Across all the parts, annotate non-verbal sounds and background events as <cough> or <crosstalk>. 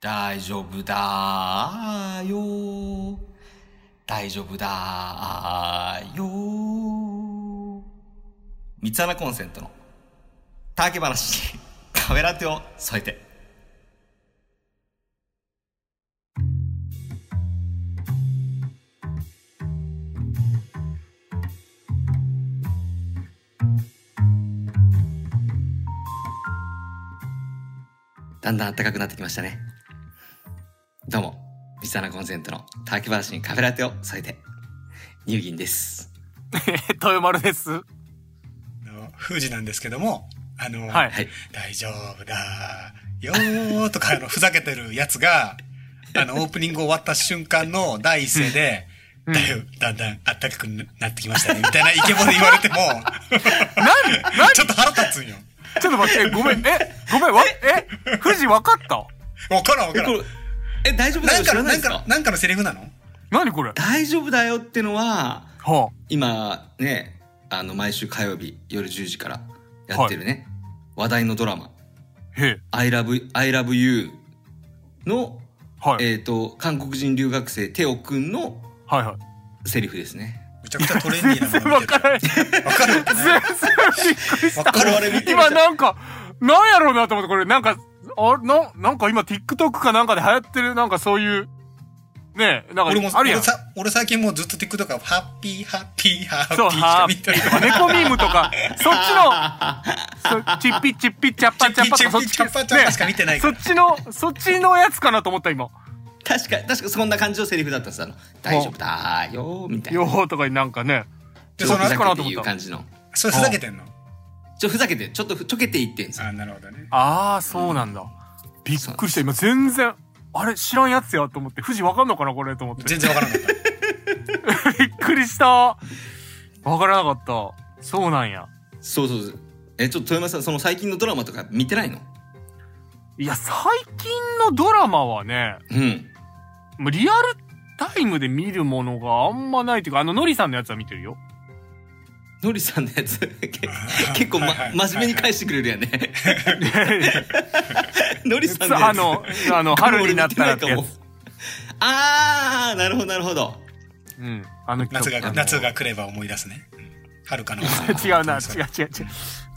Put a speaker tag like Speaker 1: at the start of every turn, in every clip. Speaker 1: 大丈夫だよ。大丈夫だよ。三つ穴コンセントの竹話にカメラ手を添えて。だんだん暖かくなってきましたね。どうも、三つ穴コンセントの竹話にカフェラテを添えて、ニューギンです。
Speaker 2: <laughs> 豊丸です。
Speaker 3: あの、富士なんですけども、あの、
Speaker 2: はい。
Speaker 1: はい。
Speaker 3: 大丈夫だよーとか、あの、ふざけてるやつが、あの、オープニング終わった瞬間の第一声で、だよ、だんだんあったかくなってきましたね、みたいなイケボで言われても、
Speaker 2: 何何
Speaker 3: ち
Speaker 2: ち
Speaker 3: ょっと腹立つんよ。
Speaker 2: ょっと待って、ごめん、え、ごめん、わ、え、富士分かった
Speaker 3: わからんわ
Speaker 1: え、
Speaker 3: から
Speaker 1: こ
Speaker 3: ん。
Speaker 1: れ、え、大丈夫だ
Speaker 3: な
Speaker 1: よ
Speaker 3: んか
Speaker 1: 知ら
Speaker 3: の、
Speaker 1: ないで
Speaker 3: なん
Speaker 1: す
Speaker 3: か
Speaker 1: か
Speaker 3: の、なんかのセリフなの
Speaker 2: 何これは
Speaker 1: 大丈夫だよってのは、
Speaker 2: あ、
Speaker 1: 今ね、あの、毎週火曜日夜10時からやってるね、話題のドラマ、
Speaker 2: へえ、
Speaker 1: I love, I love you の、
Speaker 2: はい、
Speaker 1: えっ、と、韓国人留学生テオくんの
Speaker 2: はいはい。
Speaker 1: セリフですね。
Speaker 3: めちゃくちゃトレンディ
Speaker 2: 全
Speaker 3: ー
Speaker 2: 然
Speaker 3: な
Speaker 2: 分
Speaker 3: の見
Speaker 2: か
Speaker 3: てる。
Speaker 2: ら
Speaker 3: <laughs>
Speaker 2: ない。
Speaker 3: わかるわけ
Speaker 2: 全
Speaker 3: ない。
Speaker 2: 然びっくりし
Speaker 3: わかるわけない
Speaker 2: た。今なんか、なんやろうなと思って、これなんか、あな、なんか今 TikTok かなんかで流行ってる、なんかそういう、ねえ、な
Speaker 3: 俺
Speaker 2: ん
Speaker 3: も、
Speaker 2: かあるや
Speaker 3: 俺
Speaker 2: ん。
Speaker 3: さ、俺最近もうずっと TikTok はハッピー、ハッピー、ハ
Speaker 2: そう、ハ
Speaker 3: ッ
Speaker 2: ー
Speaker 3: ピ
Speaker 2: ピ
Speaker 3: ーって見
Speaker 2: ー
Speaker 3: て
Speaker 2: と
Speaker 3: る。
Speaker 2: か、猫ミームとか、そっちの、そチッピチッピチャッパチャッパとかそっ
Speaker 3: チッピチャッパチャッパしか見てないから
Speaker 2: ねそっちのそっちのやつかなと思った今
Speaker 1: 確か、確かそんな感じのセリフだったんです。あの、大丈夫だよみたいな。
Speaker 2: 両方とかになんかね
Speaker 1: ち
Speaker 3: で、
Speaker 1: ょ
Speaker 3: そ
Speaker 1: っ
Speaker 3: の
Speaker 1: とふざ
Speaker 2: かな
Speaker 1: けて
Speaker 2: と思っ
Speaker 1: い
Speaker 2: た
Speaker 1: う感じの。
Speaker 3: それふざけてんの
Speaker 1: ちょ、ふざけて、ちょっとふちょけていってんですよ。
Speaker 3: あ、なるほどね。
Speaker 2: ああそうなんだ、びっくりした今全然あれ知らんやつやと思って富士わかんのかなこれ
Speaker 1: <laughs>
Speaker 2: と思って
Speaker 3: 全然わからなか
Speaker 2: <laughs>
Speaker 3: った。
Speaker 2: びっくりしたわからなかったそうなんや
Speaker 1: そうそうそう。え、ちょっと豊山さん、その最近のドラマとか見てないの
Speaker 2: いや最近のドラマはね
Speaker 1: うん。
Speaker 2: もうリアルタイムで見るものがあんまないというかあのノリさんのやつは見てるよ
Speaker 1: のりさんのやつ、け結構、ま
Speaker 3: はいはい
Speaker 1: 真面目に返してくれるやんね。のりさんのやつ。
Speaker 2: あの
Speaker 1: <laughs>
Speaker 2: あの春になったらってや
Speaker 1: 俺見
Speaker 2: つ
Speaker 1: てないかもあー、なるほど、なるほど。
Speaker 2: うん、あの
Speaker 3: 夏
Speaker 2: あ
Speaker 3: が
Speaker 2: の
Speaker 3: 夏が来れば思い出すね。うん春かな。
Speaker 2: <laughs> 違うな違う違う違う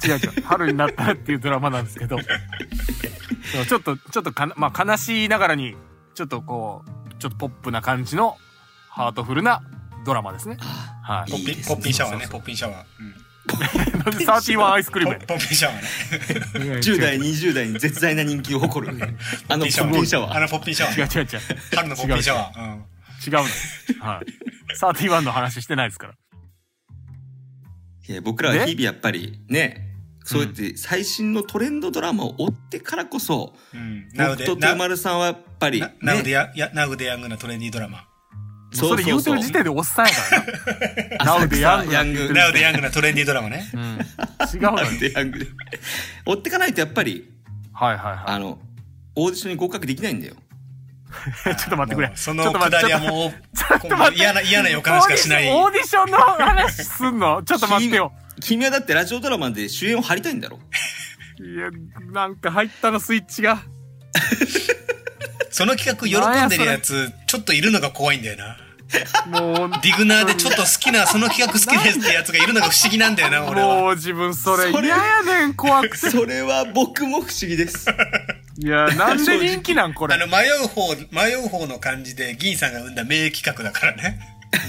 Speaker 2: 違う違う春になったらっていうドラマなんですけどそうちょっとちょっとかな、まあ、悲しいながらにちょっとこうちょっとポップな感じのハートフルなドラマですね
Speaker 1: あ
Speaker 2: はい
Speaker 3: ポ
Speaker 1: いい
Speaker 3: ッ
Speaker 1: です
Speaker 3: ピ
Speaker 1: ね
Speaker 3: ン、ポッピンシャワー
Speaker 2: そう
Speaker 3: ね、
Speaker 2: そう
Speaker 3: ポッピンシャワー。
Speaker 2: サーティワンアイスクリー
Speaker 3: うんポポッピンシャワーね。
Speaker 2: ム
Speaker 1: 10代、
Speaker 2: に
Speaker 1: 20代に絶大な人気を誇る。あの、ポッピンシャワ
Speaker 3: あ
Speaker 1: ー。
Speaker 3: のポッピンシャワ
Speaker 2: 違う
Speaker 3: ー。
Speaker 2: 違う違う
Speaker 3: 春のポッピンシャワー。うん
Speaker 2: 違う違うのはいサーティワンの話してないですから
Speaker 1: いや僕らは日々やっぱりね、そうやって最新のトレンドドラマを追ってからこそ、
Speaker 3: うん。なの
Speaker 1: 僕
Speaker 3: で
Speaker 1: と、豊
Speaker 3: な
Speaker 1: 丸さんはやっぱり、ね、
Speaker 3: なのでや、や、なうでヤングなトレンディードラマ。
Speaker 2: それ言うてる時点でおっさんやからな
Speaker 1: 浅草
Speaker 2: なおでヤング
Speaker 1: ヤン
Speaker 2: う
Speaker 1: グ
Speaker 2: ん
Speaker 3: なうでヤングなトレンディードラマね。
Speaker 2: うん違うのよ
Speaker 1: なんでヤングで追ってかないとやっぱり、
Speaker 2: はいはいはい
Speaker 1: あの、オーディションに合格できないんだよ。
Speaker 2: <laughs>
Speaker 3: <laughs>
Speaker 2: ちょっと待ってくれ
Speaker 3: もうそ
Speaker 2: ちょ
Speaker 3: の
Speaker 2: っと待
Speaker 3: く
Speaker 2: って
Speaker 3: だりはもう、
Speaker 2: ちょっと待って
Speaker 3: 嫌な、嫌な予感しかしない。
Speaker 2: オーディションオーディションの話すんのちょっと待ってよ。
Speaker 1: 君はだってラジオドラマで主演を張りたいんだろ
Speaker 2: いや、なんか入ったのスイッチが。
Speaker 3: その企画喜んでるやつ、ちょっといるのが怖いんだよな。
Speaker 2: もう、
Speaker 3: ディグナーでちょっと好きな、その企画好きですってやつがいるのが不思議なんだよな、俺は。
Speaker 2: もう自分それ
Speaker 1: それ
Speaker 2: 嫌やねん、怖く
Speaker 1: <laughs>
Speaker 2: て。
Speaker 1: それは僕も不思議です。
Speaker 2: いや、なんで人気なんこれ
Speaker 3: あ。の、迷う方、迷う方の感じで、銀さんが生んだ名企画だからね。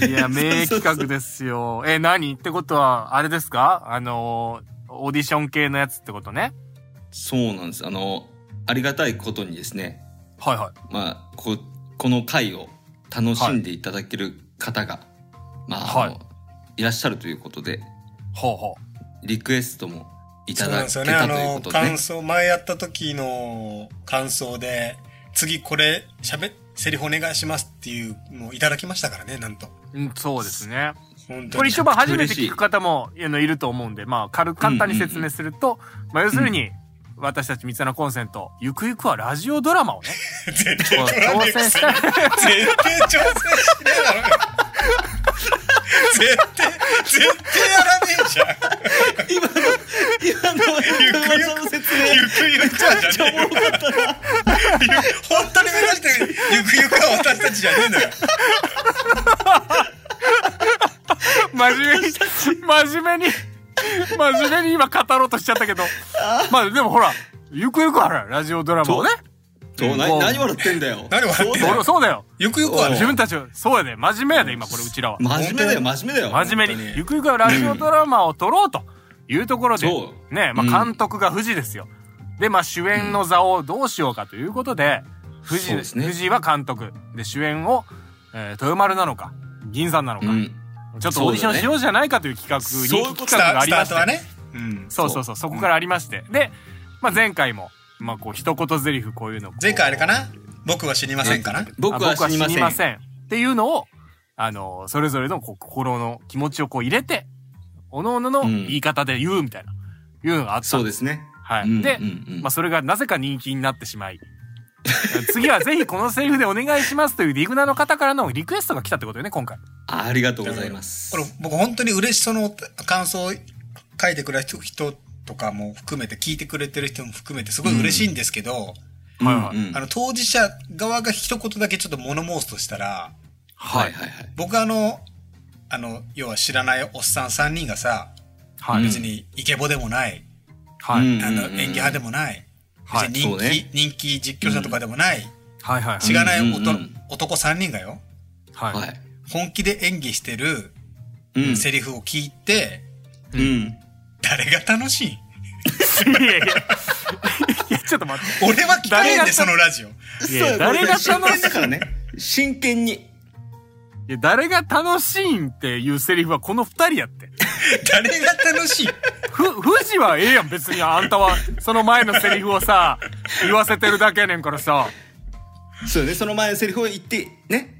Speaker 2: いや、名企画ですよ。え、何ってことは、あれですかあの、オーディション系のやつってことね。
Speaker 1: そうなんです。あの、ありがたいことにですね、
Speaker 2: はいはい。
Speaker 1: まあ、ここの回を楽しんでいただける方が、まああの、
Speaker 2: はい
Speaker 1: らっしゃるということで
Speaker 2: ほうほ
Speaker 1: リクエストもい
Speaker 3: そ
Speaker 1: た
Speaker 3: うな
Speaker 1: だ
Speaker 3: んで
Speaker 1: け
Speaker 3: す
Speaker 1: た
Speaker 3: よ
Speaker 1: と
Speaker 3: ね。あ
Speaker 1: いうこ
Speaker 3: の、
Speaker 1: とでね
Speaker 3: 感想、前やった時の感想で、次これ、喋、セリフお願いしますっていうのをいただきましたからね、なんと。
Speaker 2: う。うん、そうですね。
Speaker 3: 本当
Speaker 2: これ
Speaker 3: に。
Speaker 2: 一番初めて聞く方もあのいると思うんで、まあ、軽く簡単に説明すると、まあ、要するに、私たち三つ穴コンセント、ゆくゆくはラジオドラマをね、
Speaker 3: 全然
Speaker 2: こう
Speaker 3: わ
Speaker 2: 挑
Speaker 3: ねえく
Speaker 2: 戦
Speaker 3: せ
Speaker 2: し
Speaker 3: に
Speaker 2: たい。
Speaker 3: 絶対挑戦しねえだろうよ。絶対、絶対やらねえじゃん。
Speaker 1: 今の今の
Speaker 3: ゆくゆく
Speaker 1: 豊丸さんの説明
Speaker 3: ゆくゆくはじゃねえよ。
Speaker 1: おもろかったな
Speaker 3: 本当にめじゃねえのよ。
Speaker 2: 真面目に、真面目に、真面目に今語ろうとしちゃったけど。まあでもほら、ゆくゆくはほらラジオドラマをね。
Speaker 1: そう、な、
Speaker 2: うん
Speaker 1: 何笑ってんだよ。
Speaker 3: 何笑ってんだよ
Speaker 1: そう
Speaker 2: 俺そうだよ。
Speaker 3: よくよくは
Speaker 2: 自
Speaker 3: ね、
Speaker 2: 分たちは、そうやで、真面目やで、今これうちらは。
Speaker 1: 真面目だよ、真面目だよ。
Speaker 2: 真面目
Speaker 3: 本当
Speaker 2: に。
Speaker 3: に
Speaker 2: ゆくゆくはラジオドラマを撮ろうというところで、
Speaker 1: そ
Speaker 2: ね、まあ監督が富士ですよ。で、まあ主演の座をどうしようかということで、富士、
Speaker 1: そうですね
Speaker 2: 富士は監督。で、主演を、えー豊丸なのか、銀さんなのか、
Speaker 1: うん。
Speaker 2: ちょっとオーディションしようじゃないかという企画
Speaker 1: そう
Speaker 2: に、
Speaker 1: だねそういうこと
Speaker 2: 企画
Speaker 3: スタ
Speaker 2: があ
Speaker 3: ス
Speaker 2: り
Speaker 3: タ
Speaker 2: ま
Speaker 3: ー
Speaker 2: して
Speaker 3: トはね。うん。
Speaker 2: そうそうそう、そこからありまして。で、まあ、前回も、まあ、こう、一言ゼリフこういうのをこう
Speaker 3: 前回あれかな僕は死にませんかな
Speaker 1: 僕は
Speaker 2: あ
Speaker 1: 死にません。
Speaker 2: っていうのを、あの、それぞれのこう心の気持ちをこう入れて、おののの
Speaker 1: うん
Speaker 2: 言い方で言うみたいな、いうのがあった
Speaker 1: そ
Speaker 2: ん
Speaker 1: う
Speaker 2: で。
Speaker 1: ですすね。
Speaker 2: はい。
Speaker 1: うん
Speaker 2: で、
Speaker 1: うんうん
Speaker 2: まあ、それがなぜか人気になってしまい、 <laughs> 次はぜひこのセリフでお願いしますというリグナーの方からのリクエストが来たってことよね、今回。
Speaker 1: ありがとうございます
Speaker 3: こ。れ僕本当に嬉しそうの感想を書いてくれた人とかも含めて、聞いてくれてる人も含めてすごい嬉しいんですけど、
Speaker 2: はいはい
Speaker 1: うんうん
Speaker 3: あの当事者側が一言だけちょっと物申すとしたら、
Speaker 1: はいはいはい。
Speaker 3: 僕はあの、あの、要は知らないおっさん3人がさ、
Speaker 2: はい。
Speaker 3: 別にイケボでもない、
Speaker 2: はい。
Speaker 1: うん
Speaker 3: なんだ演技派でもない、
Speaker 2: はい
Speaker 3: 別に人気、
Speaker 1: そうね
Speaker 3: 人気実況者とかでもない、
Speaker 2: はいはい。
Speaker 3: 知らない
Speaker 1: うん
Speaker 3: お
Speaker 1: うんう
Speaker 3: と
Speaker 1: ん
Speaker 3: 男3人がよ、
Speaker 2: は。
Speaker 1: はいい。
Speaker 3: 本気で演技してる
Speaker 1: うん。
Speaker 3: セリフを聞いて、
Speaker 1: うん。
Speaker 3: 誰が楽しい
Speaker 2: い <laughs> やいやいや。いや、ちょっと待って。
Speaker 3: 俺は聞かねえん
Speaker 2: 誰
Speaker 3: で、
Speaker 2: が
Speaker 3: そのラジオ。
Speaker 2: いや誰が楽しい
Speaker 1: 真剣だからね。真剣に。
Speaker 2: いや、誰が楽しいんっていうセリフはこの二人やって。
Speaker 3: 誰が楽しい
Speaker 2: ふ、富士はええやん、別に。あんたは、その前のセリフをさ、言わせてるだけやねんからさ。
Speaker 1: そうね、その前のセリフを言って、ね。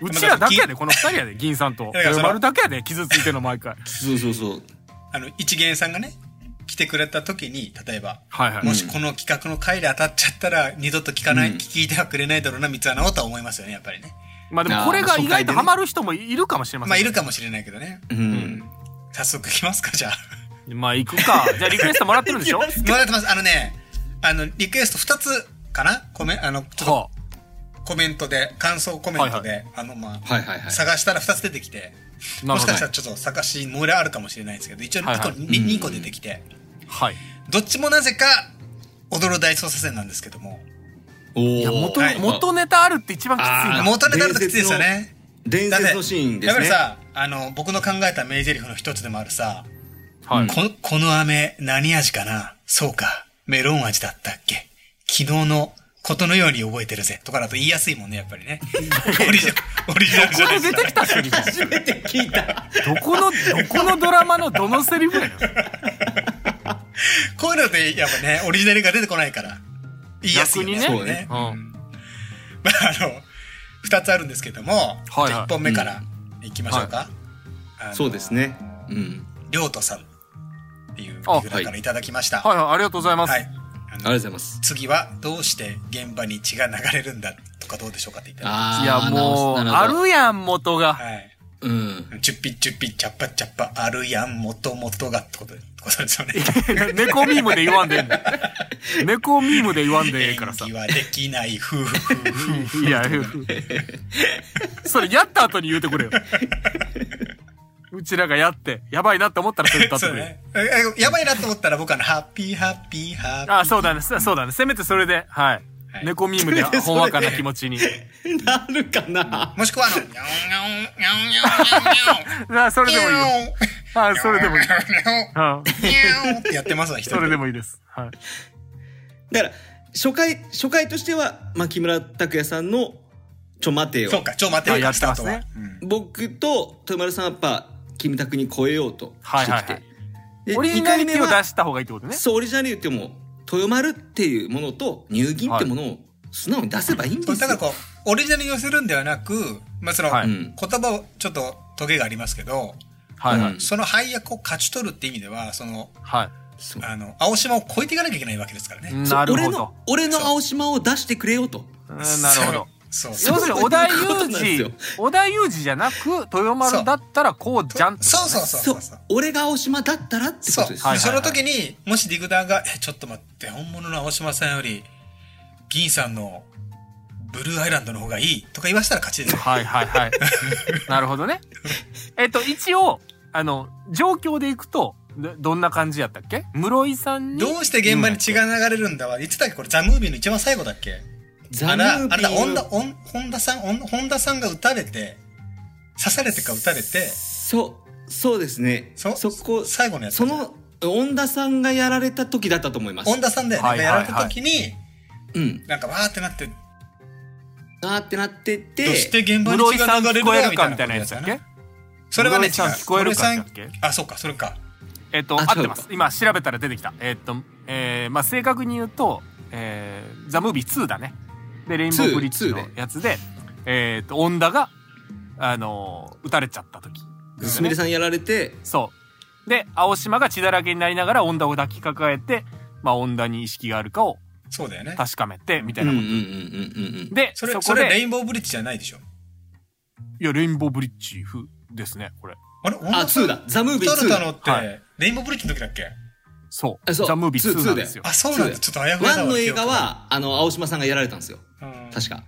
Speaker 2: うちらだけやで、この二人やで、銀さんと。
Speaker 3: やいやその
Speaker 2: 豊丸だけやで、傷ついてんの、毎回。
Speaker 1: そうそうそう。
Speaker 3: あの、一元さんがね、来てくれた時に、例えば、
Speaker 2: はいはい。
Speaker 3: もしこの企画の回で当たっちゃったら、二度と聞かない、
Speaker 1: うん
Speaker 3: 聞いてはくれないだろうな、三つ穴をとは思いますよね、やっぱりね。
Speaker 2: まあでも、これが意外とハマる人もいるかもしれません。
Speaker 3: まあ、いるかもしれないけどね。
Speaker 1: うん。
Speaker 3: 早速来ますか、じゃあ。
Speaker 2: まあ、行くか。じゃあ、リクエストもらってるんで
Speaker 3: <laughs>
Speaker 2: しょ
Speaker 3: もらってます。あのね、あの、リクエスト2つかなコメ、あの、ちょっと
Speaker 2: は
Speaker 3: コメントで、感想コメントで、あの、まあ、
Speaker 1: はいはいはい。
Speaker 3: 探したら2つ出てきて、
Speaker 2: あ、な
Speaker 3: も
Speaker 2: る
Speaker 3: し
Speaker 2: ほ
Speaker 3: か
Speaker 2: ど
Speaker 3: した。らちょっと探し、漏れあるかもしれないですけど、一応
Speaker 2: はいはい
Speaker 3: 2個、に二個出てきて、
Speaker 2: はい。
Speaker 3: どっちもなぜか、踊る大捜査線なんですけども、
Speaker 1: おー
Speaker 2: いや、元
Speaker 3: はい、
Speaker 2: 元ネタあるって一番きつい
Speaker 1: あ
Speaker 2: な。
Speaker 3: 元ネタあるときついですよね。
Speaker 1: 伝
Speaker 3: だって
Speaker 1: 説のシーンで
Speaker 3: やっ
Speaker 1: す
Speaker 3: ぱり
Speaker 1: ね。
Speaker 3: さ、あの、僕の考えた名台詞の一つでもあるさ、
Speaker 2: はい。
Speaker 3: この、この飴、何味かなそうか、メロン味だったっけ昨日のことのように覚えてるぜ。とかだと言いやすいもんね、やっぱ
Speaker 2: <laughs>
Speaker 3: りね。オリジナル、オリジナルじゃ
Speaker 2: こ
Speaker 3: ない
Speaker 2: れ出
Speaker 3: ですか
Speaker 2: てきたセリフ。
Speaker 1: 初めて聞いた。
Speaker 2: どこの、どこのドラマのどのセリフやねん。
Speaker 3: こういうのって、やっぱね、オリジナルが出てこないから、言いやすいよね。
Speaker 2: 逆
Speaker 1: にね
Speaker 3: やっ
Speaker 2: そ
Speaker 3: ぱり
Speaker 2: うね
Speaker 3: ま <laughs> あ、あの、二つあるんですけども、
Speaker 2: はい
Speaker 3: じゃあ一本目から行きましょうか。あの
Speaker 1: そうです。ね。うん。
Speaker 3: りょうとさんっていう
Speaker 2: あ
Speaker 3: 方からいただきました。
Speaker 2: はいはい、ありがとうございます。
Speaker 3: はい。
Speaker 1: あ
Speaker 3: あ
Speaker 1: りが
Speaker 3: の
Speaker 1: とうございます。
Speaker 3: 次はどうして現場に血が流れるんだとかどうでしょうかって言ったら、
Speaker 1: あ
Speaker 2: いや、もう、あるやん、元が。 <laughs>
Speaker 3: はい。 <laughs>
Speaker 1: うん。
Speaker 3: チュッピチュッピチャッパチャッパあるやんもともとがってことでことですよね。
Speaker 2: 猫ミームで言わんでええねん。猫ミームで言わんでええ
Speaker 3: 演
Speaker 2: からさ。
Speaker 3: 技はできない夫婦。
Speaker 2: いや、それやった後に言うてくれよ。うちらがやって、やばいなって思ったらそれ歌って
Speaker 3: そう
Speaker 2: くれよ。
Speaker 3: ね。えやばいなと思ったら僕はあのハッピーハッピーハッピー。
Speaker 2: あ、そうだね、そうそうだね。せめてそれで、はい。
Speaker 3: はい
Speaker 2: 猫ミームでほんわかな気持ちに。
Speaker 1: なるかな
Speaker 3: もしくはあの、にゃんにゃんにゃんにゃ
Speaker 2: あ、それでもいい
Speaker 3: んにゃんにゃんにゃん。
Speaker 2: よ。あ、それでもいい。
Speaker 3: い。
Speaker 2: うん
Speaker 3: にゃんってやってますわ、一人
Speaker 2: それでもいいです。はい。
Speaker 1: だから、初回、初回としては、まあ、木村拓哉さんの、ちょ待てよ
Speaker 3: そ。うか、ちょ、待てよ、
Speaker 2: あやって
Speaker 3: スタ
Speaker 2: ま
Speaker 3: ー
Speaker 2: す
Speaker 3: ト
Speaker 2: ね
Speaker 3: は。うん
Speaker 1: 僕と豊丸さんはやっぱ、キムタクに超えようと
Speaker 2: は
Speaker 1: し
Speaker 2: い
Speaker 1: て
Speaker 2: はい
Speaker 1: き
Speaker 2: はい
Speaker 1: て。で
Speaker 2: オリジ
Speaker 1: 二
Speaker 2: ナ
Speaker 1: 回
Speaker 2: リ
Speaker 1: 目
Speaker 2: ティを
Speaker 1: は
Speaker 2: 出した方がいいってことね。
Speaker 1: そう、オリジナル言っても、豊丸っていうものと、乳銀ってものを素直に出せばいいんです
Speaker 3: そ
Speaker 1: よ。
Speaker 3: うだからこう、オリジナルに寄せるんではなく、まあ、その、
Speaker 2: はい
Speaker 1: うん
Speaker 3: 言葉をちょっとトゲがありますけど、
Speaker 2: はいは
Speaker 1: う
Speaker 2: い
Speaker 1: ん。
Speaker 3: その配役を勝ち取るって意味では、その、
Speaker 2: はい。
Speaker 1: そう
Speaker 3: あの、青島を越えていかなきゃいけないわけですからね。
Speaker 1: そう
Speaker 2: なる
Speaker 1: 俺
Speaker 2: ほ
Speaker 1: の
Speaker 2: ど。、
Speaker 1: 俺の青島を出してくれよと。
Speaker 2: うんなるほど。
Speaker 3: <laughs> そう。
Speaker 1: そ
Speaker 3: そう
Speaker 2: 要するに織田
Speaker 1: そういうことなんです
Speaker 2: 裕
Speaker 1: よ
Speaker 2: 二織田裕二じゃなく豊丸だったらこうじゃんってこと
Speaker 3: うそうそうそうそう。
Speaker 1: 俺が青島だったらってこ
Speaker 3: そう
Speaker 1: とです
Speaker 2: は
Speaker 1: よ。
Speaker 2: いはい
Speaker 3: その時に、もしディグダーが、え、ちょっと待って、本物の青島さんより、銀さんのブルーアイランドの方がいいとか言わせたら勝ちですよ。
Speaker 2: はいはい
Speaker 3: <laughs>
Speaker 2: はい。なるほどね。えっと、一応、あの、状況でいくと、どどんな感じやったっけ室井さんに。
Speaker 3: どうして現場に血が流れるんだわ。いつだっけこれザ・ムービーの一番最後だっけ
Speaker 1: ザ
Speaker 3: あら、あれだ、本田、おん本田さん、おん本田さんが撃たれて、刺されてか撃たれて、
Speaker 1: そう、そうですね。
Speaker 3: そ
Speaker 1: そ、こ、
Speaker 3: 最後のやつ。
Speaker 1: そ、の、恩田さんがやられた時だったと思います。
Speaker 3: 本田さんだよね。
Speaker 2: はいはいはい
Speaker 3: やられた時に、
Speaker 1: うん。
Speaker 3: なんかわーってなって、ど
Speaker 1: あーってなってって、
Speaker 3: うして現場に
Speaker 2: 室井
Speaker 3: 血
Speaker 2: さ
Speaker 3: が
Speaker 2: ん
Speaker 3: 流れ
Speaker 2: 聞
Speaker 3: る
Speaker 2: こえ
Speaker 3: わ
Speaker 2: るかみたいなやつだっけ
Speaker 3: みたいなことだよねそれはね、違
Speaker 2: 室井さん
Speaker 3: う。
Speaker 2: 聞こえるかだっけ
Speaker 3: 室井さんあ、そうか、それか。
Speaker 2: えっと、合
Speaker 1: あ
Speaker 2: って
Speaker 1: 違う
Speaker 2: ま
Speaker 1: か
Speaker 2: す。今、調べたら出てきた。えっと、えー、まあ、正確に言うと、えー、ザ・ムービー2だね。で、レインボーブリッジの
Speaker 1: 2
Speaker 2: やつで、えっと、オンダが、あのー撃たれちゃった時。
Speaker 1: すみれさんやられて、
Speaker 2: そう。で、青島が血だらけになりながらオンダを抱きかかえて、まあ、オンダに意識があるかを
Speaker 3: そうだよね。
Speaker 2: 確かめて、みた
Speaker 1: う
Speaker 2: い
Speaker 1: ん
Speaker 2: な
Speaker 1: うん
Speaker 2: こ
Speaker 1: うん
Speaker 2: と。
Speaker 1: うんうんうん。
Speaker 2: で、
Speaker 3: そ
Speaker 2: そ
Speaker 3: れ、
Speaker 2: こ
Speaker 3: それレ
Speaker 2: で、
Speaker 3: インボーブリッジじゃないでしょ。
Speaker 2: いや、レインボーブリッジ風ですね、これ。
Speaker 3: あれ、本
Speaker 1: あ、
Speaker 3: 田さん
Speaker 1: 2だ。ザ・ムー
Speaker 3: 撃
Speaker 1: ビー
Speaker 3: たれた
Speaker 1: 2。
Speaker 3: のって、
Speaker 2: はい
Speaker 3: レインボーブリッジの時だっけ
Speaker 2: そう。
Speaker 1: あそう
Speaker 2: ザ・ムービー2なんですよ
Speaker 3: あ、。そうなん
Speaker 1: そうだ
Speaker 3: だ。
Speaker 1: よ
Speaker 3: ちょっとあやふやだ
Speaker 1: 1
Speaker 3: わ
Speaker 1: の映画、は、あの、青島さんがやられたんですよ。
Speaker 3: 記憶がうん
Speaker 1: 確か。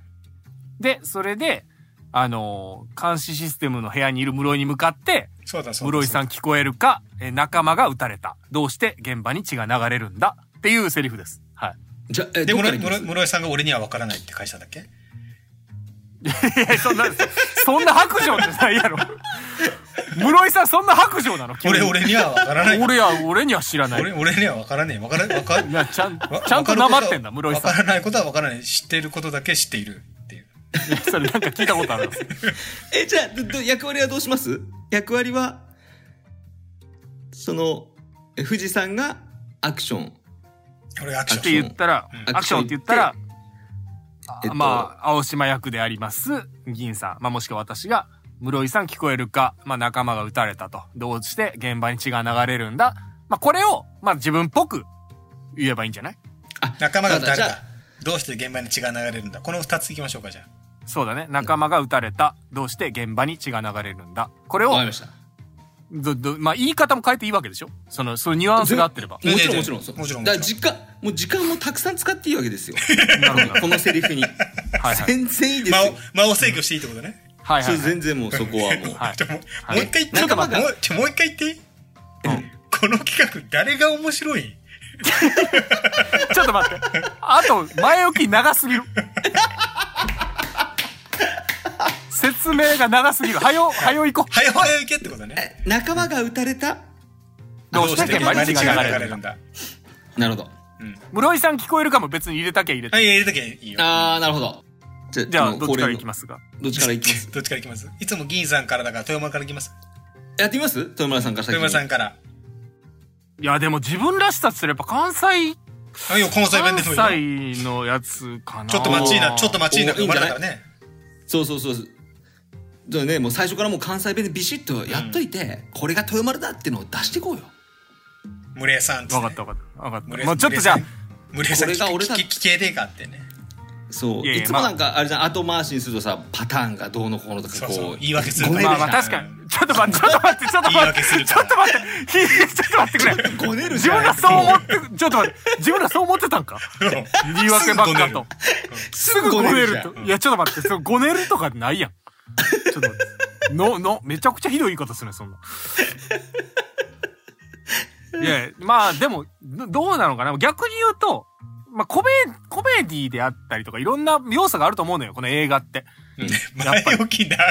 Speaker 2: で、それで、あのー監視システムの部屋にいる室井に向かって、
Speaker 3: そうだ、そうだ。
Speaker 2: 室井さん聞こえるか、えー仲間が撃たれた。どうして現場に血が流れるんだっていうセリフです。はい。 <laughs>
Speaker 1: じゃ、え、
Speaker 3: で、
Speaker 1: どっか
Speaker 3: 室
Speaker 1: ら行きま
Speaker 3: 井室
Speaker 1: す
Speaker 3: 井室井さんが俺には分からないって会社だっけ
Speaker 2: いや、そんな、そんな白状じゃないやろ。 <laughs> 室井さん、そんな白状なの
Speaker 3: 俺、。俺には分からな
Speaker 2: 急に
Speaker 3: い。
Speaker 2: 俺や、俺には知らない。
Speaker 3: 俺、俺には分からねえ。分から、分
Speaker 2: <laughs>
Speaker 3: か、
Speaker 2: いや、ちゃん、
Speaker 3: わ
Speaker 2: ちゃんとなまってんだ、室井さ
Speaker 3: わ
Speaker 2: ん。
Speaker 3: からないことはわからない。知っていることだけ知っているっていう。
Speaker 2: いやそれなんか聞いたことあ
Speaker 3: <laughs>
Speaker 2: るんですよ
Speaker 1: え、じゃあ、どど役割はどうします役割は、その、え富士山がアクション。
Speaker 3: 俺アクシ
Speaker 2: って
Speaker 3: ョン。
Speaker 2: 言ったら
Speaker 3: う、ん
Speaker 2: アクションって言ったら、
Speaker 1: えっと
Speaker 2: まあ、青島役であります、銀さん、まあ、もしくは私が、室井さん聞こえるか、まあ、仲間が撃たれたと。どうして現場に血が流れるんだ。まあ、これを、まあ、自分っぽく言えばいいんじゃない
Speaker 1: あ
Speaker 3: 仲間が誰
Speaker 1: じゃ
Speaker 3: だ
Speaker 1: あ
Speaker 3: どうして現場に血が流れるんだこの二つ行きましょうか、じゃあ。
Speaker 2: そうだね。仲間が撃たれた。どうして現場に血が流れるんだ。これを
Speaker 1: わか、りました。
Speaker 2: どどまあ、言い方も変えていいわけでしょその、そのニュアンスが合ってれば。
Speaker 1: もちろん
Speaker 3: ね
Speaker 1: もちろん。そう
Speaker 3: もちろん
Speaker 1: だから
Speaker 3: もち
Speaker 1: 時間、もう時間もたくさん使っていいわけですよ。
Speaker 2: なるほど。
Speaker 1: このセリフに。
Speaker 2: はいはい。
Speaker 1: 全然いいです
Speaker 3: 間
Speaker 1: よ
Speaker 3: を。、間を制御していいってことね。
Speaker 2: はい
Speaker 1: そ
Speaker 2: は
Speaker 1: れ
Speaker 2: い、はい。
Speaker 1: 全然もうそこはもう。
Speaker 2: はい
Speaker 3: ちょ、もう
Speaker 2: はい
Speaker 3: もう一回言って。
Speaker 1: 仲間が
Speaker 3: もうちょ、もう一回言っていいこの企画、誰が面白い
Speaker 2: ちょっと待って。あと、前置き長すぎ
Speaker 1: <laughs>
Speaker 2: る。説明が長すぎる。はよ、はよ行こう。
Speaker 3: はよはよ行けってことね。
Speaker 1: え仲間が撃たれた。
Speaker 2: どうして現場に血が流れる
Speaker 3: んだ
Speaker 1: なるほど。
Speaker 2: 室井さん聞こえるかも別に入れたきゃ入れ
Speaker 3: は
Speaker 2: た。
Speaker 3: い、入れとけいいよ。
Speaker 1: あー、なるほど。じゃ
Speaker 2: じゃあ、
Speaker 1: もう
Speaker 2: どっ
Speaker 1: 恒例
Speaker 2: ちか
Speaker 1: の
Speaker 2: ら行きますが。
Speaker 1: どっちから行きます。
Speaker 3: どっちから行きますいつも銀さんからだから、豊村から行きます。
Speaker 1: <laughs> やってみます豊村さんから先に。
Speaker 3: 豊村さんから。
Speaker 2: いや、でも自分らしさすれば関西、
Speaker 3: あ、いや、関西
Speaker 2: 関
Speaker 3: 弁でもいいよ。
Speaker 2: 西のやつかな。
Speaker 3: ちょっと街な、ちょっと街な、
Speaker 1: おい
Speaker 3: 生
Speaker 1: いん
Speaker 3: ま
Speaker 1: じ
Speaker 3: れ
Speaker 1: ゃ
Speaker 3: た
Speaker 1: ない
Speaker 3: からね。
Speaker 1: そうそうそう。じゃあね、もう最初からもう関西弁でビシッとやっといて、これが豊丸だっていうのを出していこうよ。
Speaker 3: 村井さんっつ
Speaker 2: わ
Speaker 3: て
Speaker 2: か
Speaker 3: ね
Speaker 2: ったわかった。わかっ
Speaker 3: 無
Speaker 2: た。
Speaker 3: 礼
Speaker 2: もうちょっとじゃあ、
Speaker 3: 無礼さん
Speaker 1: これが俺だ
Speaker 3: 聞き聞けねえかってね
Speaker 1: そう。
Speaker 2: いやい
Speaker 1: い
Speaker 2: や
Speaker 1: つもなんか、あれじゃん、後回しにするとさ、パターンがどうのこうのとか、
Speaker 3: そう
Speaker 1: こう。
Speaker 3: そう言い訳する
Speaker 1: ごねる
Speaker 2: まあ
Speaker 1: じ
Speaker 2: ま
Speaker 1: ゃ
Speaker 2: あ
Speaker 1: ん。
Speaker 2: 確かに。ちょっと待って、ちょっと待って、ちょっと
Speaker 3: 言い
Speaker 2: 待っ
Speaker 3: 訳
Speaker 2: て。
Speaker 3: する
Speaker 2: ち
Speaker 3: か
Speaker 2: ょ
Speaker 3: ら
Speaker 2: っと待って、ひちょっと待ってくれ。
Speaker 1: ごねる
Speaker 2: 自
Speaker 1: じゃん。
Speaker 2: 分らそう思って、ちょっと待って、自分らそう思ってたんか言い訳ばっかと。すぐごね
Speaker 1: じ
Speaker 2: る
Speaker 1: ゃん
Speaker 2: と。いや、ちょっと待って、そのごねるとかないやん。ちょっと待って。の、の、めちゃくちゃひどい言い方するね、そんな。いや、まあでも、どどうなのかな逆に言うと、まあコメ、コメディであったりとか、いろんな要素があると思うのよ、この映画って。やっぱ
Speaker 3: 前置き長いよ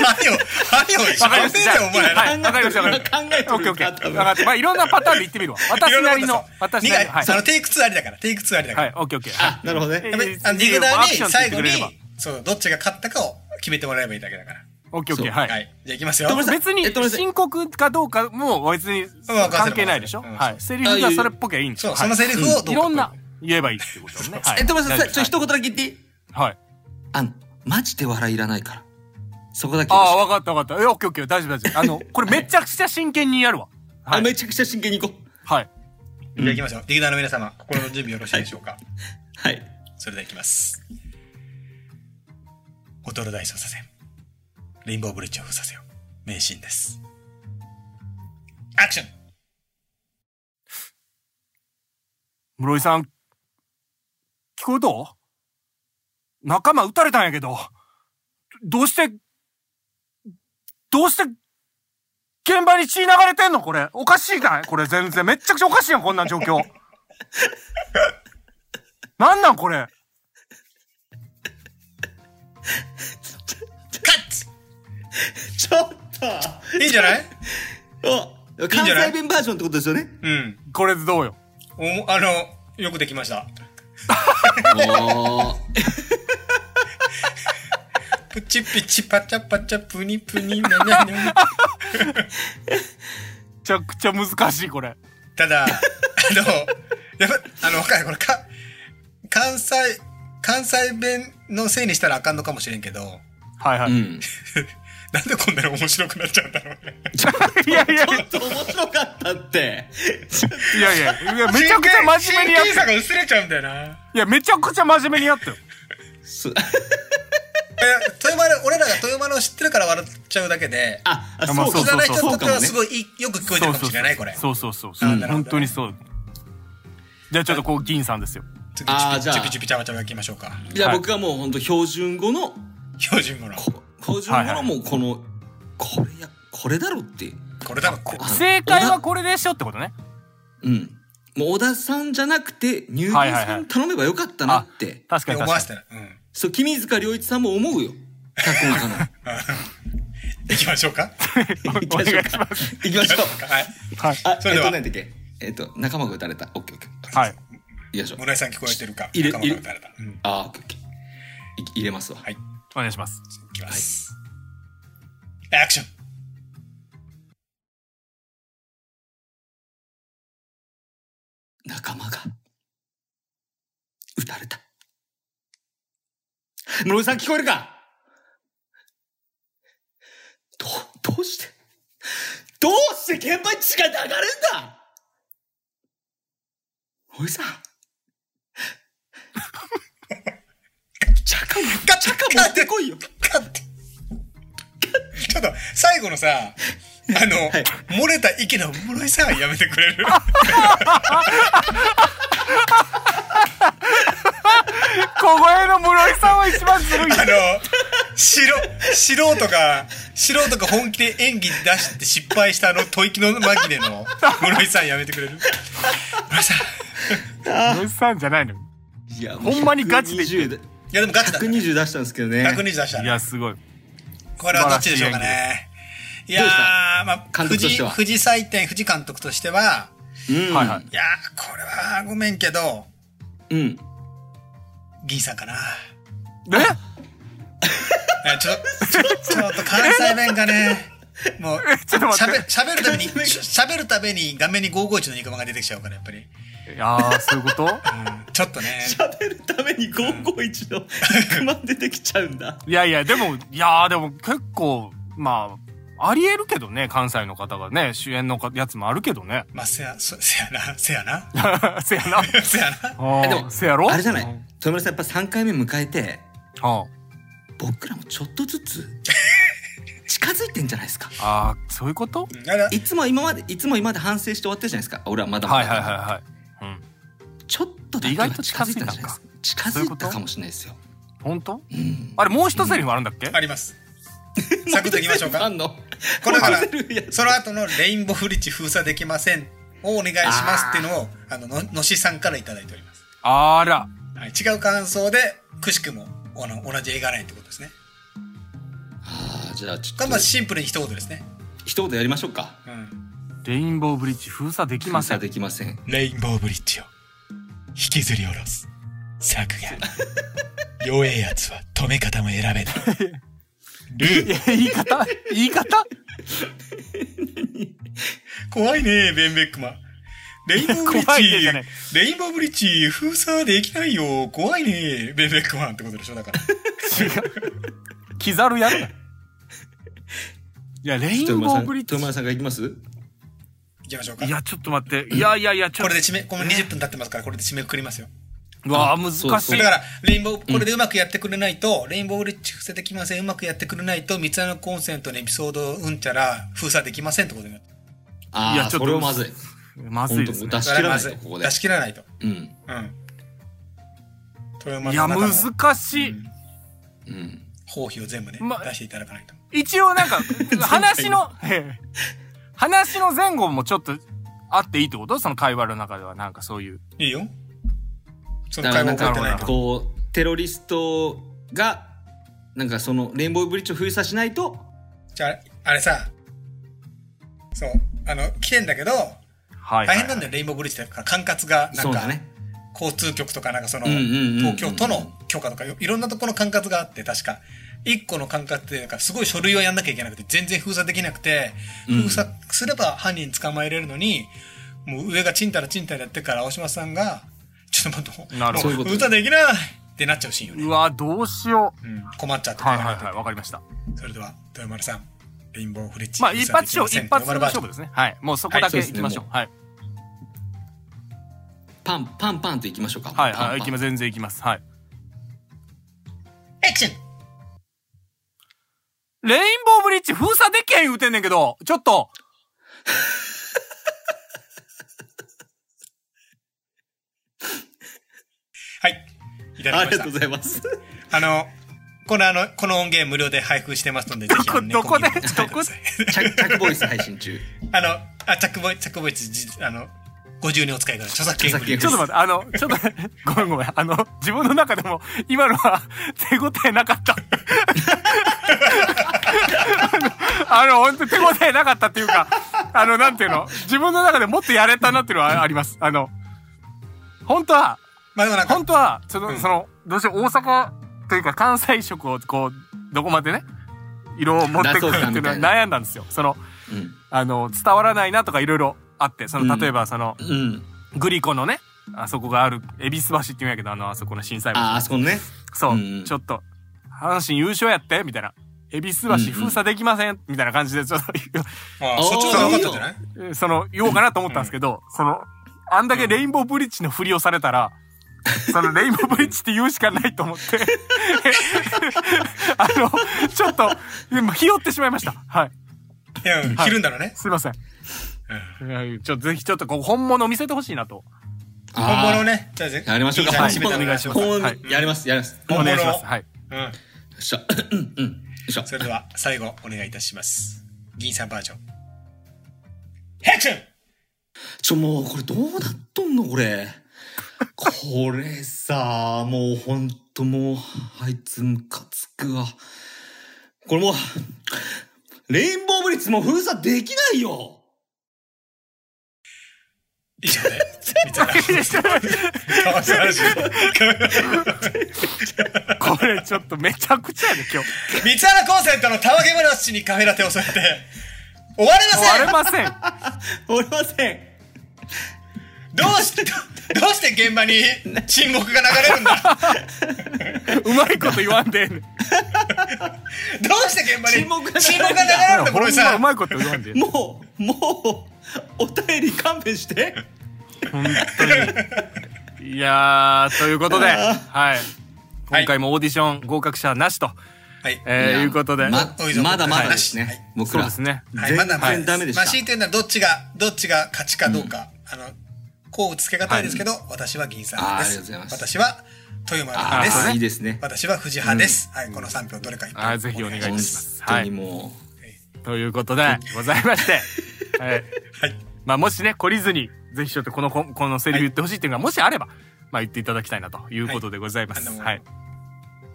Speaker 3: はよはよしゃべんねえよお前ら
Speaker 2: はい、わかりました、わかりました。
Speaker 1: 考えてる
Speaker 2: オッケーオッケ
Speaker 1: 考えて
Speaker 2: ー。
Speaker 1: る
Speaker 2: 分かった。まあいろんなパターンで言ってみるわ。
Speaker 3: いろ
Speaker 2: 私
Speaker 3: ん
Speaker 2: な
Speaker 3: なこ
Speaker 2: り
Speaker 3: と
Speaker 2: の
Speaker 3: さ、
Speaker 2: 私なりの。
Speaker 3: に
Speaker 2: はい。
Speaker 3: そのテイク2ありだからテイク2ありだか
Speaker 2: は
Speaker 3: ら
Speaker 2: い、オッケーオッケー。はい
Speaker 1: あ、 <laughs> なるほどね。
Speaker 3: やっぱり
Speaker 2: えー
Speaker 3: あの肉
Speaker 2: ア
Speaker 3: 弾
Speaker 2: ク
Speaker 3: に
Speaker 2: ションって言っ
Speaker 3: 最
Speaker 2: て
Speaker 3: 後
Speaker 2: くれれば
Speaker 3: にそうどっちが勝ったかを決めてもらえばいいだけだから
Speaker 2: オッケーオッケー、
Speaker 1: そう
Speaker 2: は。
Speaker 3: はいいじゃあ行きますよ
Speaker 1: どうぞ
Speaker 2: 別
Speaker 1: えっと
Speaker 2: に
Speaker 1: 待って
Speaker 2: 深刻かどうかもう別に関係ないでしょ
Speaker 3: うん
Speaker 2: はい。セリフがそれっぽきゃいいんです
Speaker 3: そ
Speaker 2: よ。
Speaker 3: うそのセリフを
Speaker 2: はいい
Speaker 3: ど
Speaker 2: ろ
Speaker 3: うんか
Speaker 2: な言えばいいってことですね。
Speaker 1: え、豊村さん、ちょ、
Speaker 2: 一
Speaker 1: 一言だけ言っていい
Speaker 2: はい。
Speaker 1: あの、マジで笑いいらないから。そこだけよろしく。
Speaker 2: ああ、わかったわかった。え、オッケーオッケー、大丈夫大丈夫。あの、これめちゃくちゃ真剣にやるわ。は
Speaker 1: あ
Speaker 2: い。
Speaker 1: めちゃくちゃ真剣に行こう。
Speaker 2: はい。
Speaker 3: じゃあ行きますよ劇団の皆様心の準備よろしいでしょうか
Speaker 1: はい。
Speaker 3: それではいきます。ホトロダイスをさせよ。レインボーブリッジを封鎖せよ。名シーンです。アクション
Speaker 2: 室井さん、聞こえた仲間撃たれたんやけど、どうして、どうして、現場に血流れてんのこれ。おかしいかいこれ全然。めっちゃくちゃおかしいやん、こんな状況。 <laughs> なんなんこれ。
Speaker 3: カッ
Speaker 1: ちょっ
Speaker 3: ツいいんじゃない
Speaker 1: とお
Speaker 3: いいん
Speaker 1: 関
Speaker 3: じゃない
Speaker 1: 西弁バージョンってことですよね。
Speaker 3: うん。
Speaker 2: これでどうよ。
Speaker 3: おあの、よくできました。
Speaker 1: おー。
Speaker 3: プチピチパチャパチャプニプニななな。
Speaker 2: めちゃくちゃ難しい、これ。
Speaker 3: ただ、あの、やっぱ、あの、わかるこれか、関西、関西弁のせいにしたらあかんのかもしれんけど、
Speaker 2: はいは
Speaker 1: う
Speaker 2: <laughs> い。
Speaker 1: ん。
Speaker 3: なんでこんなに面白くなっちゃうんだろうね。
Speaker 2: いやいやい
Speaker 1: ちょっと <laughs> 面白かったって。
Speaker 2: やいやいや、めちゃくちゃ真面目にやった。
Speaker 3: 真剣さが薄れちゃうんだよな。
Speaker 2: いや、めちゃくちゃ真面目にやったよ。
Speaker 1: す
Speaker 3: え豊丸俺らが豊丸を知ってるから笑っちゃうだけで
Speaker 1: あ、あ
Speaker 2: まあ
Speaker 1: そう
Speaker 3: 知
Speaker 1: か、
Speaker 3: らない人
Speaker 1: そ
Speaker 3: にと
Speaker 1: う
Speaker 3: って
Speaker 1: かも
Speaker 3: は
Speaker 1: ね
Speaker 3: す。ごいいいよく聞こえてるかもしれないこれ
Speaker 2: そうそうそう
Speaker 3: あ
Speaker 2: そう。
Speaker 3: なるほど
Speaker 2: 本当にそう。じゃあちょっとこう、銀さんですよ。
Speaker 3: 次
Speaker 1: あーじゃあ
Speaker 3: チピチピチピチャバチャバいきましょうか
Speaker 1: じゃあ
Speaker 2: はい
Speaker 1: 僕はもう本当標準語の、
Speaker 3: 標準語の
Speaker 1: こ標準語
Speaker 2: はいは
Speaker 1: の
Speaker 2: い
Speaker 1: もうこの、これや、これだろって。
Speaker 3: これだろって
Speaker 1: あ
Speaker 2: 正解はこれでしょってことね。
Speaker 1: うん。もう小田さんじゃなくて、乳牛
Speaker 2: はいはい
Speaker 1: さ
Speaker 2: はい
Speaker 1: ん頼めばよかったなって。
Speaker 2: 確かに
Speaker 3: 思
Speaker 2: 確
Speaker 3: わ
Speaker 2: か
Speaker 3: せてないうん
Speaker 1: そう、君塚良一さんも思
Speaker 2: <laughs>
Speaker 1: うよ。脚本家の。
Speaker 3: いきましょうか
Speaker 1: 行
Speaker 2: に。
Speaker 1: き
Speaker 2: お
Speaker 1: ましょ
Speaker 2: 願
Speaker 1: う
Speaker 2: いし
Speaker 1: か
Speaker 2: ます。。
Speaker 1: 行きましょう。
Speaker 3: はい
Speaker 2: はい。
Speaker 1: あ、
Speaker 3: それでは
Speaker 1: えっと、何だっけえっと、仲間が撃たれた。オッケーオッケー。
Speaker 2: はい。
Speaker 1: 行きましょう。
Speaker 3: 村井さん聞こえてるか
Speaker 1: 入れ
Speaker 3: 仲間が打たれたうん
Speaker 1: あー、オッケーオッケー。い入れますわ。
Speaker 3: はい
Speaker 2: お願いします。
Speaker 3: いきますアクション
Speaker 1: 仲間が撃たれた室井さん聞こえるかどうどうしてどうして現場に血が流れんだ室井
Speaker 2: <laughs>
Speaker 1: さんチャカもチャカ持ってこいよ
Speaker 3: カッてちょっと最後のさあの、
Speaker 1: はい
Speaker 3: 漏れた息の室井さんやめてく
Speaker 1: <laughs>
Speaker 3: れる
Speaker 2: 小声の室井さんは一番ずるい。
Speaker 3: あの、素素人が、素人が本気で演技出して失敗したあの吐息の紛
Speaker 1: <laughs>
Speaker 3: れの室井さんやめてくれる室井さん。い
Speaker 2: 室井さんじゃないの。
Speaker 1: いや
Speaker 2: ほんまにガチで言
Speaker 1: 120
Speaker 3: やでもガチだった。120
Speaker 1: 120出したんですけどね
Speaker 3: 出した
Speaker 2: い
Speaker 3: ね。
Speaker 2: や、すごい。
Speaker 3: これはどっちでしょうかね。いやー
Speaker 1: どうでし、
Speaker 3: まあ、
Speaker 1: 監
Speaker 3: 富
Speaker 1: 督とし
Speaker 3: 士、
Speaker 1: ては
Speaker 3: 富士採点、富士監督としては、
Speaker 1: うん
Speaker 2: はいはい
Speaker 3: いやー、これはごめんけど、
Speaker 1: うん
Speaker 3: 銀さんかな。
Speaker 2: え
Speaker 3: えちょ、ちょちょっと関西弁がね、もう、
Speaker 2: えちょっと待って
Speaker 3: 喋喋るために、喋るために画面に551の肉まんが出てきちゃうから、やっぱり。
Speaker 2: いやー、そういうこと
Speaker 3: うんちょっとね。
Speaker 1: 喋るために551の100万出てきちゃうんだ
Speaker 2: いやいや、でも、いやー、でも結構、まあ、ありえるけどね、関西の方がね、主演のかやつもあるけどね。 <laughs>
Speaker 3: まあ、せや、そせやな、せやな。
Speaker 2: せやな。
Speaker 3: せやな。
Speaker 2: あ
Speaker 1: でも
Speaker 2: ーせやろ
Speaker 1: <laughs> あれじゃない
Speaker 2: うん
Speaker 1: 富村さんやっぱ3回目迎えて
Speaker 2: あ
Speaker 1: 僕らもちょっとずつ <laughs> 近づいてんじゃないですか
Speaker 2: あー、そういうこと
Speaker 3: あら、
Speaker 1: いつも今までいつも今まで反省して終わってるじゃないですか俺はまだまだ、
Speaker 2: はいはいはいはい。うん。
Speaker 1: ちょっとだけは近づいたんじゃないですか近
Speaker 2: と近づいたんかそういう
Speaker 1: づ
Speaker 2: こ
Speaker 1: い
Speaker 2: と
Speaker 1: たかもしれないですよ
Speaker 2: 本当
Speaker 1: うん
Speaker 2: あれ、もう一セリフあるんだっけ、
Speaker 3: あります。サクッといきましょう
Speaker 1: あ
Speaker 3: か。
Speaker 1: んの
Speaker 3: これから
Speaker 1: 混ぜるや、つ
Speaker 3: その後のレインボーフリッジ封鎖できませんをお願いしますっていうのを、あの、ののしさんからいただいております。
Speaker 2: あら。
Speaker 3: はい、違う感想で、くしくも、あの、同じ映画ないってことですね。
Speaker 1: あーじゃあち
Speaker 3: こ
Speaker 1: ょ
Speaker 3: れ
Speaker 1: っと
Speaker 3: まあシンプルに一言ですね。
Speaker 1: 一言やりましょうか
Speaker 3: うん。
Speaker 2: レインボーブリッジ封鎖できませ
Speaker 1: さ <laughs>
Speaker 2: ん。
Speaker 1: できません
Speaker 3: レインボーブリッジを引きずり下ろす。作 <laughs> 画。弱えやつは止め方も選 <laughs> べない。ルー
Speaker 2: いや言い方言い方
Speaker 3: 怖いね、ベンベックマン。レインボーブリッ
Speaker 2: 怖い
Speaker 3: ジ、
Speaker 2: ねじゃない
Speaker 3: レインボーブリッジ封鎖できないよ。怖いね、ベンベックマンってことでしょ、だから。 <laughs>
Speaker 2: 違う。キザルやるな。いや、レインボーブリッ
Speaker 1: 富村さん富村
Speaker 2: ジ。
Speaker 1: さんが行きます
Speaker 3: いきましょうか。
Speaker 2: いや、ちょっと待って。いやいやいや、ちょっ
Speaker 3: これで締め、この20分経ってますから、これで締めくくりますよ。
Speaker 2: と。わあ、
Speaker 1: あ
Speaker 2: 難しい。
Speaker 1: そうそう
Speaker 3: だから、レインボー、これでうまくやってくれないと、レインボーブリッジ封鎖できません、うまくやってくれないと、三つ穴のコンセントのエピソードうんちゃら封鎖できませんってことになる。
Speaker 1: あ
Speaker 2: い
Speaker 1: ー
Speaker 2: やちょっと
Speaker 1: それはまずい
Speaker 2: まずいです
Speaker 1: 本当
Speaker 2: ね
Speaker 1: 出。し切らないとここで
Speaker 3: 出し切らないと。
Speaker 1: うん
Speaker 3: うん。豊山
Speaker 2: いや
Speaker 3: の中の
Speaker 2: 難しい、
Speaker 1: うん。
Speaker 3: 包皮を全部ね、
Speaker 2: ま
Speaker 3: 出していただかないと。
Speaker 2: 一応なんか話の話の前後もちょっとあっていいってことその会話の中ではなんかそういう
Speaker 3: いいよ。その
Speaker 1: だから
Speaker 3: 会
Speaker 1: な
Speaker 3: 話
Speaker 1: ん
Speaker 3: 覚えてない
Speaker 1: か
Speaker 3: けど。
Speaker 1: こうテロリストがなんかそのレインボーブリッジを封鎖しないと
Speaker 3: じゃあ、あれさ、そう、あの、来てんだけど、
Speaker 2: はい、は
Speaker 3: 大
Speaker 2: い、
Speaker 3: 変なんだよ、レインボーブリッジだから、管轄が、な
Speaker 1: そ
Speaker 3: ん
Speaker 1: うだ
Speaker 3: か、
Speaker 1: ね
Speaker 3: 交通局とか、なんかその、
Speaker 1: うんうんうんうん
Speaker 3: 東京都の許可とか、よいろんなところの管轄があって、確か。一個の管轄って、なんかすごい書類をやんなきゃいけなくて、全然封鎖できなくて、
Speaker 1: うん
Speaker 3: 封鎖すれば犯人捕まえれるのに、もう上がちんたらちんたらやってるから、青島さんが、ちょっと待って、
Speaker 2: なるほど
Speaker 3: もう歌できないってなっちゃうシーンよね。
Speaker 2: うわどうしよう
Speaker 3: うん困っちゃって、
Speaker 2: はいはいはいわかりました
Speaker 3: それでは、豊丸さん、レインボーフレッチ。
Speaker 2: まあ一発
Speaker 3: 勝
Speaker 2: 勝一発勝負ですねはいもうそこだけ
Speaker 1: はい
Speaker 2: い
Speaker 1: そうですね
Speaker 2: きましょうはい
Speaker 1: パンパンパンといきましょうか
Speaker 2: はい
Speaker 1: パンパ
Speaker 2: は
Speaker 1: ン
Speaker 2: いいきます全然いきますはい
Speaker 3: エクション
Speaker 2: レインボーブリッジ封鎖できへん言うてんねんけどちょっと
Speaker 3: はい。いただ
Speaker 1: あ
Speaker 3: き
Speaker 1: り
Speaker 3: まし
Speaker 1: がとう
Speaker 3: た。
Speaker 1: ご
Speaker 3: あ
Speaker 1: ざいます
Speaker 3: の、このあの、この音源無料で配布してますので、ぜひ、あの
Speaker 2: <laughs> どこ
Speaker 3: 猫
Speaker 2: どこで
Speaker 3: 耳に入
Speaker 1: チャチ
Speaker 3: ってください
Speaker 1: ャックボイス配信中
Speaker 3: あの、あ、着ボイ、着ボイツ、じあの、ご自由にお使いください。著作権
Speaker 1: 著作権
Speaker 2: ちょっと待って、あの、ちょっと、ごめんごめん。あの、自分の中でも、今のは、手応えなかった。 <laughs> あの、本当手応えなかったっていうか、あの、なんていうの、自分の中でもっとやれたなっていうのはあります。あの、本当は、
Speaker 3: まあでもなんか
Speaker 2: 本、当は、その、
Speaker 3: うん
Speaker 2: その、どうしよう、大阪というか関西色を、こう、どこまでね、色を持ってくるっていうのは
Speaker 1: 出そうかみたいな
Speaker 2: 悩んだんですよ。その、
Speaker 1: うん
Speaker 2: あの、伝わらないなとかいろいろあって、その、
Speaker 1: うん
Speaker 2: 例えば、その、
Speaker 1: うん
Speaker 2: グリコのね、あそこがある、恵比寿橋って言うんやけど、あの、あそこの震災橋。
Speaker 1: ああそこのね
Speaker 2: そう、
Speaker 1: うん
Speaker 2: ちょっと、阪神優勝やって、みたいな。恵比寿橋封鎖できません、みたいな感じで、ちょっと
Speaker 3: あそっちの方が良かったんじゃない
Speaker 2: 言う、その、言おうかなと思ったんですけど、その、あんだけレインボーブリッジのふりをされたら、そのレインボーブリッジって言うしかないと思って、 <laughs> あの、ちょっと、今、ひよってしまいました。はい。
Speaker 3: いや、うん
Speaker 2: はい
Speaker 3: 切るんだろうね。
Speaker 2: すいません。はいちょっと、ぜひ、ちょっと、こう、本物を見せてほしいなと。
Speaker 3: 本
Speaker 1: あー
Speaker 3: 物ね。じゃあぜ
Speaker 1: やりましょうか
Speaker 3: いい
Speaker 2: は
Speaker 3: 感
Speaker 2: い
Speaker 3: じで締めてお願いしま
Speaker 2: お
Speaker 3: す。
Speaker 1: 本
Speaker 3: う
Speaker 2: 願いし
Speaker 1: 物
Speaker 2: はい
Speaker 1: やりますやります
Speaker 2: お
Speaker 1: よ
Speaker 3: 本
Speaker 2: 願
Speaker 3: 物
Speaker 2: いします。はい。 <laughs>
Speaker 3: ん。
Speaker 1: っしゃうんよっしゃ
Speaker 3: それでは、最後、お願いいたします。銀さんバージョン。ヘクション
Speaker 1: ちょ、もう、これどうなっとんのこれ。これさ、もうほんともう、あいつムカつくわ。これもう、レインボーブリッジもう封鎖できないよ
Speaker 3: 以上
Speaker 1: <laughs>
Speaker 3: で、三つ原
Speaker 2: これちょっとめちゃくちゃやね今日
Speaker 3: 三つ原コンセントのたわけ村市にカフェラテを添えて、終われません
Speaker 2: 終
Speaker 1: 終わ
Speaker 2: われません
Speaker 1: りません
Speaker 3: どうして、どうして現場に沈黙が流れるん
Speaker 1: <laughs>
Speaker 3: だ
Speaker 2: うまいこと言わん <laughs> でええねん
Speaker 3: どうして現場に
Speaker 1: 沈黙が流れるんだ
Speaker 3: 沈黙が流れるんだ、
Speaker 2: ほ
Speaker 3: こ
Speaker 2: ん
Speaker 3: れ
Speaker 2: ま
Speaker 3: さ
Speaker 2: う。まいこと言わんでえ
Speaker 1: もう、もう、お便り勘弁して
Speaker 2: えねん本当にいやーということではい今回もオーディション合格者なしと、
Speaker 3: はい。
Speaker 2: えー
Speaker 1: いや
Speaker 2: いうことで、
Speaker 1: ま
Speaker 3: おいぞ
Speaker 1: まだまだです
Speaker 3: は
Speaker 1: ね
Speaker 3: い。
Speaker 1: 僕
Speaker 2: そう
Speaker 1: ら。
Speaker 2: ですね
Speaker 3: はい、
Speaker 1: 全
Speaker 3: まだまだ
Speaker 1: 然ダメでした
Speaker 3: まあ、強いて言うのはどっちが、どっちが勝ちかどうか、あの、こうつけ方ですけど、私は銀さん
Speaker 1: あーありが
Speaker 3: です。
Speaker 1: とうございます
Speaker 3: 私は豊丸
Speaker 1: あ
Speaker 3: 派で
Speaker 2: そう
Speaker 1: あ、
Speaker 3: す。
Speaker 1: いいですね。
Speaker 3: 私は藤派です、はい、この3票どれか一票
Speaker 2: はいぜひお願いし
Speaker 1: 本
Speaker 2: ま
Speaker 1: 当にも
Speaker 2: ということでございまして、はい
Speaker 3: はい。
Speaker 2: まあ、もしね懲りずにぜひちょっとこのここのセリフ言ってほしいっていうのがもしあれば、まあ、言っていただきたいなということでございます、
Speaker 3: はいあの
Speaker 2: はい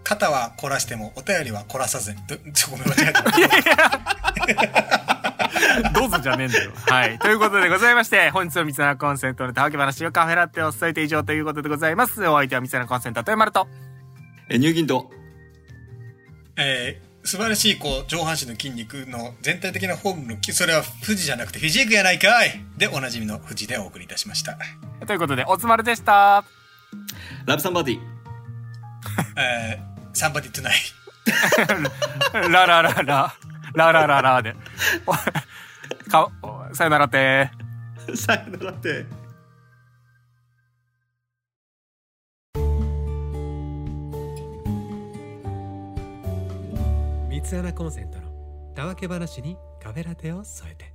Speaker 3: 肩は凝らしても、お便りは凝らさずに。 <laughs> どちょ、ごめん、間違えた。
Speaker 2: どうぞじゃねえんだよ。はい。ということでございまして、本日の三つ穴コンセントのたわけ話をカフェラテを添えて以上ということでございます。お相手は三つ穴コンセント、豊丸と。
Speaker 1: う、え、入銀と、
Speaker 3: <laughs> えー素晴らしい、こう、上半身の筋肉の全体的なフォームのき、それは富士じゃなくてフィジークやないかいで、おなじみの富士でお送りいたしました。
Speaker 2: ということで、おつまるでした。
Speaker 1: ラブサンバディ。
Speaker 3: えー、サンバディトゥナイ。
Speaker 2: ララララ、ララララで。お <laughs> かおさよならって。
Speaker 1: さよならって。
Speaker 4: 三つ穴コンセントのたわけ話にカフェラテを添えて。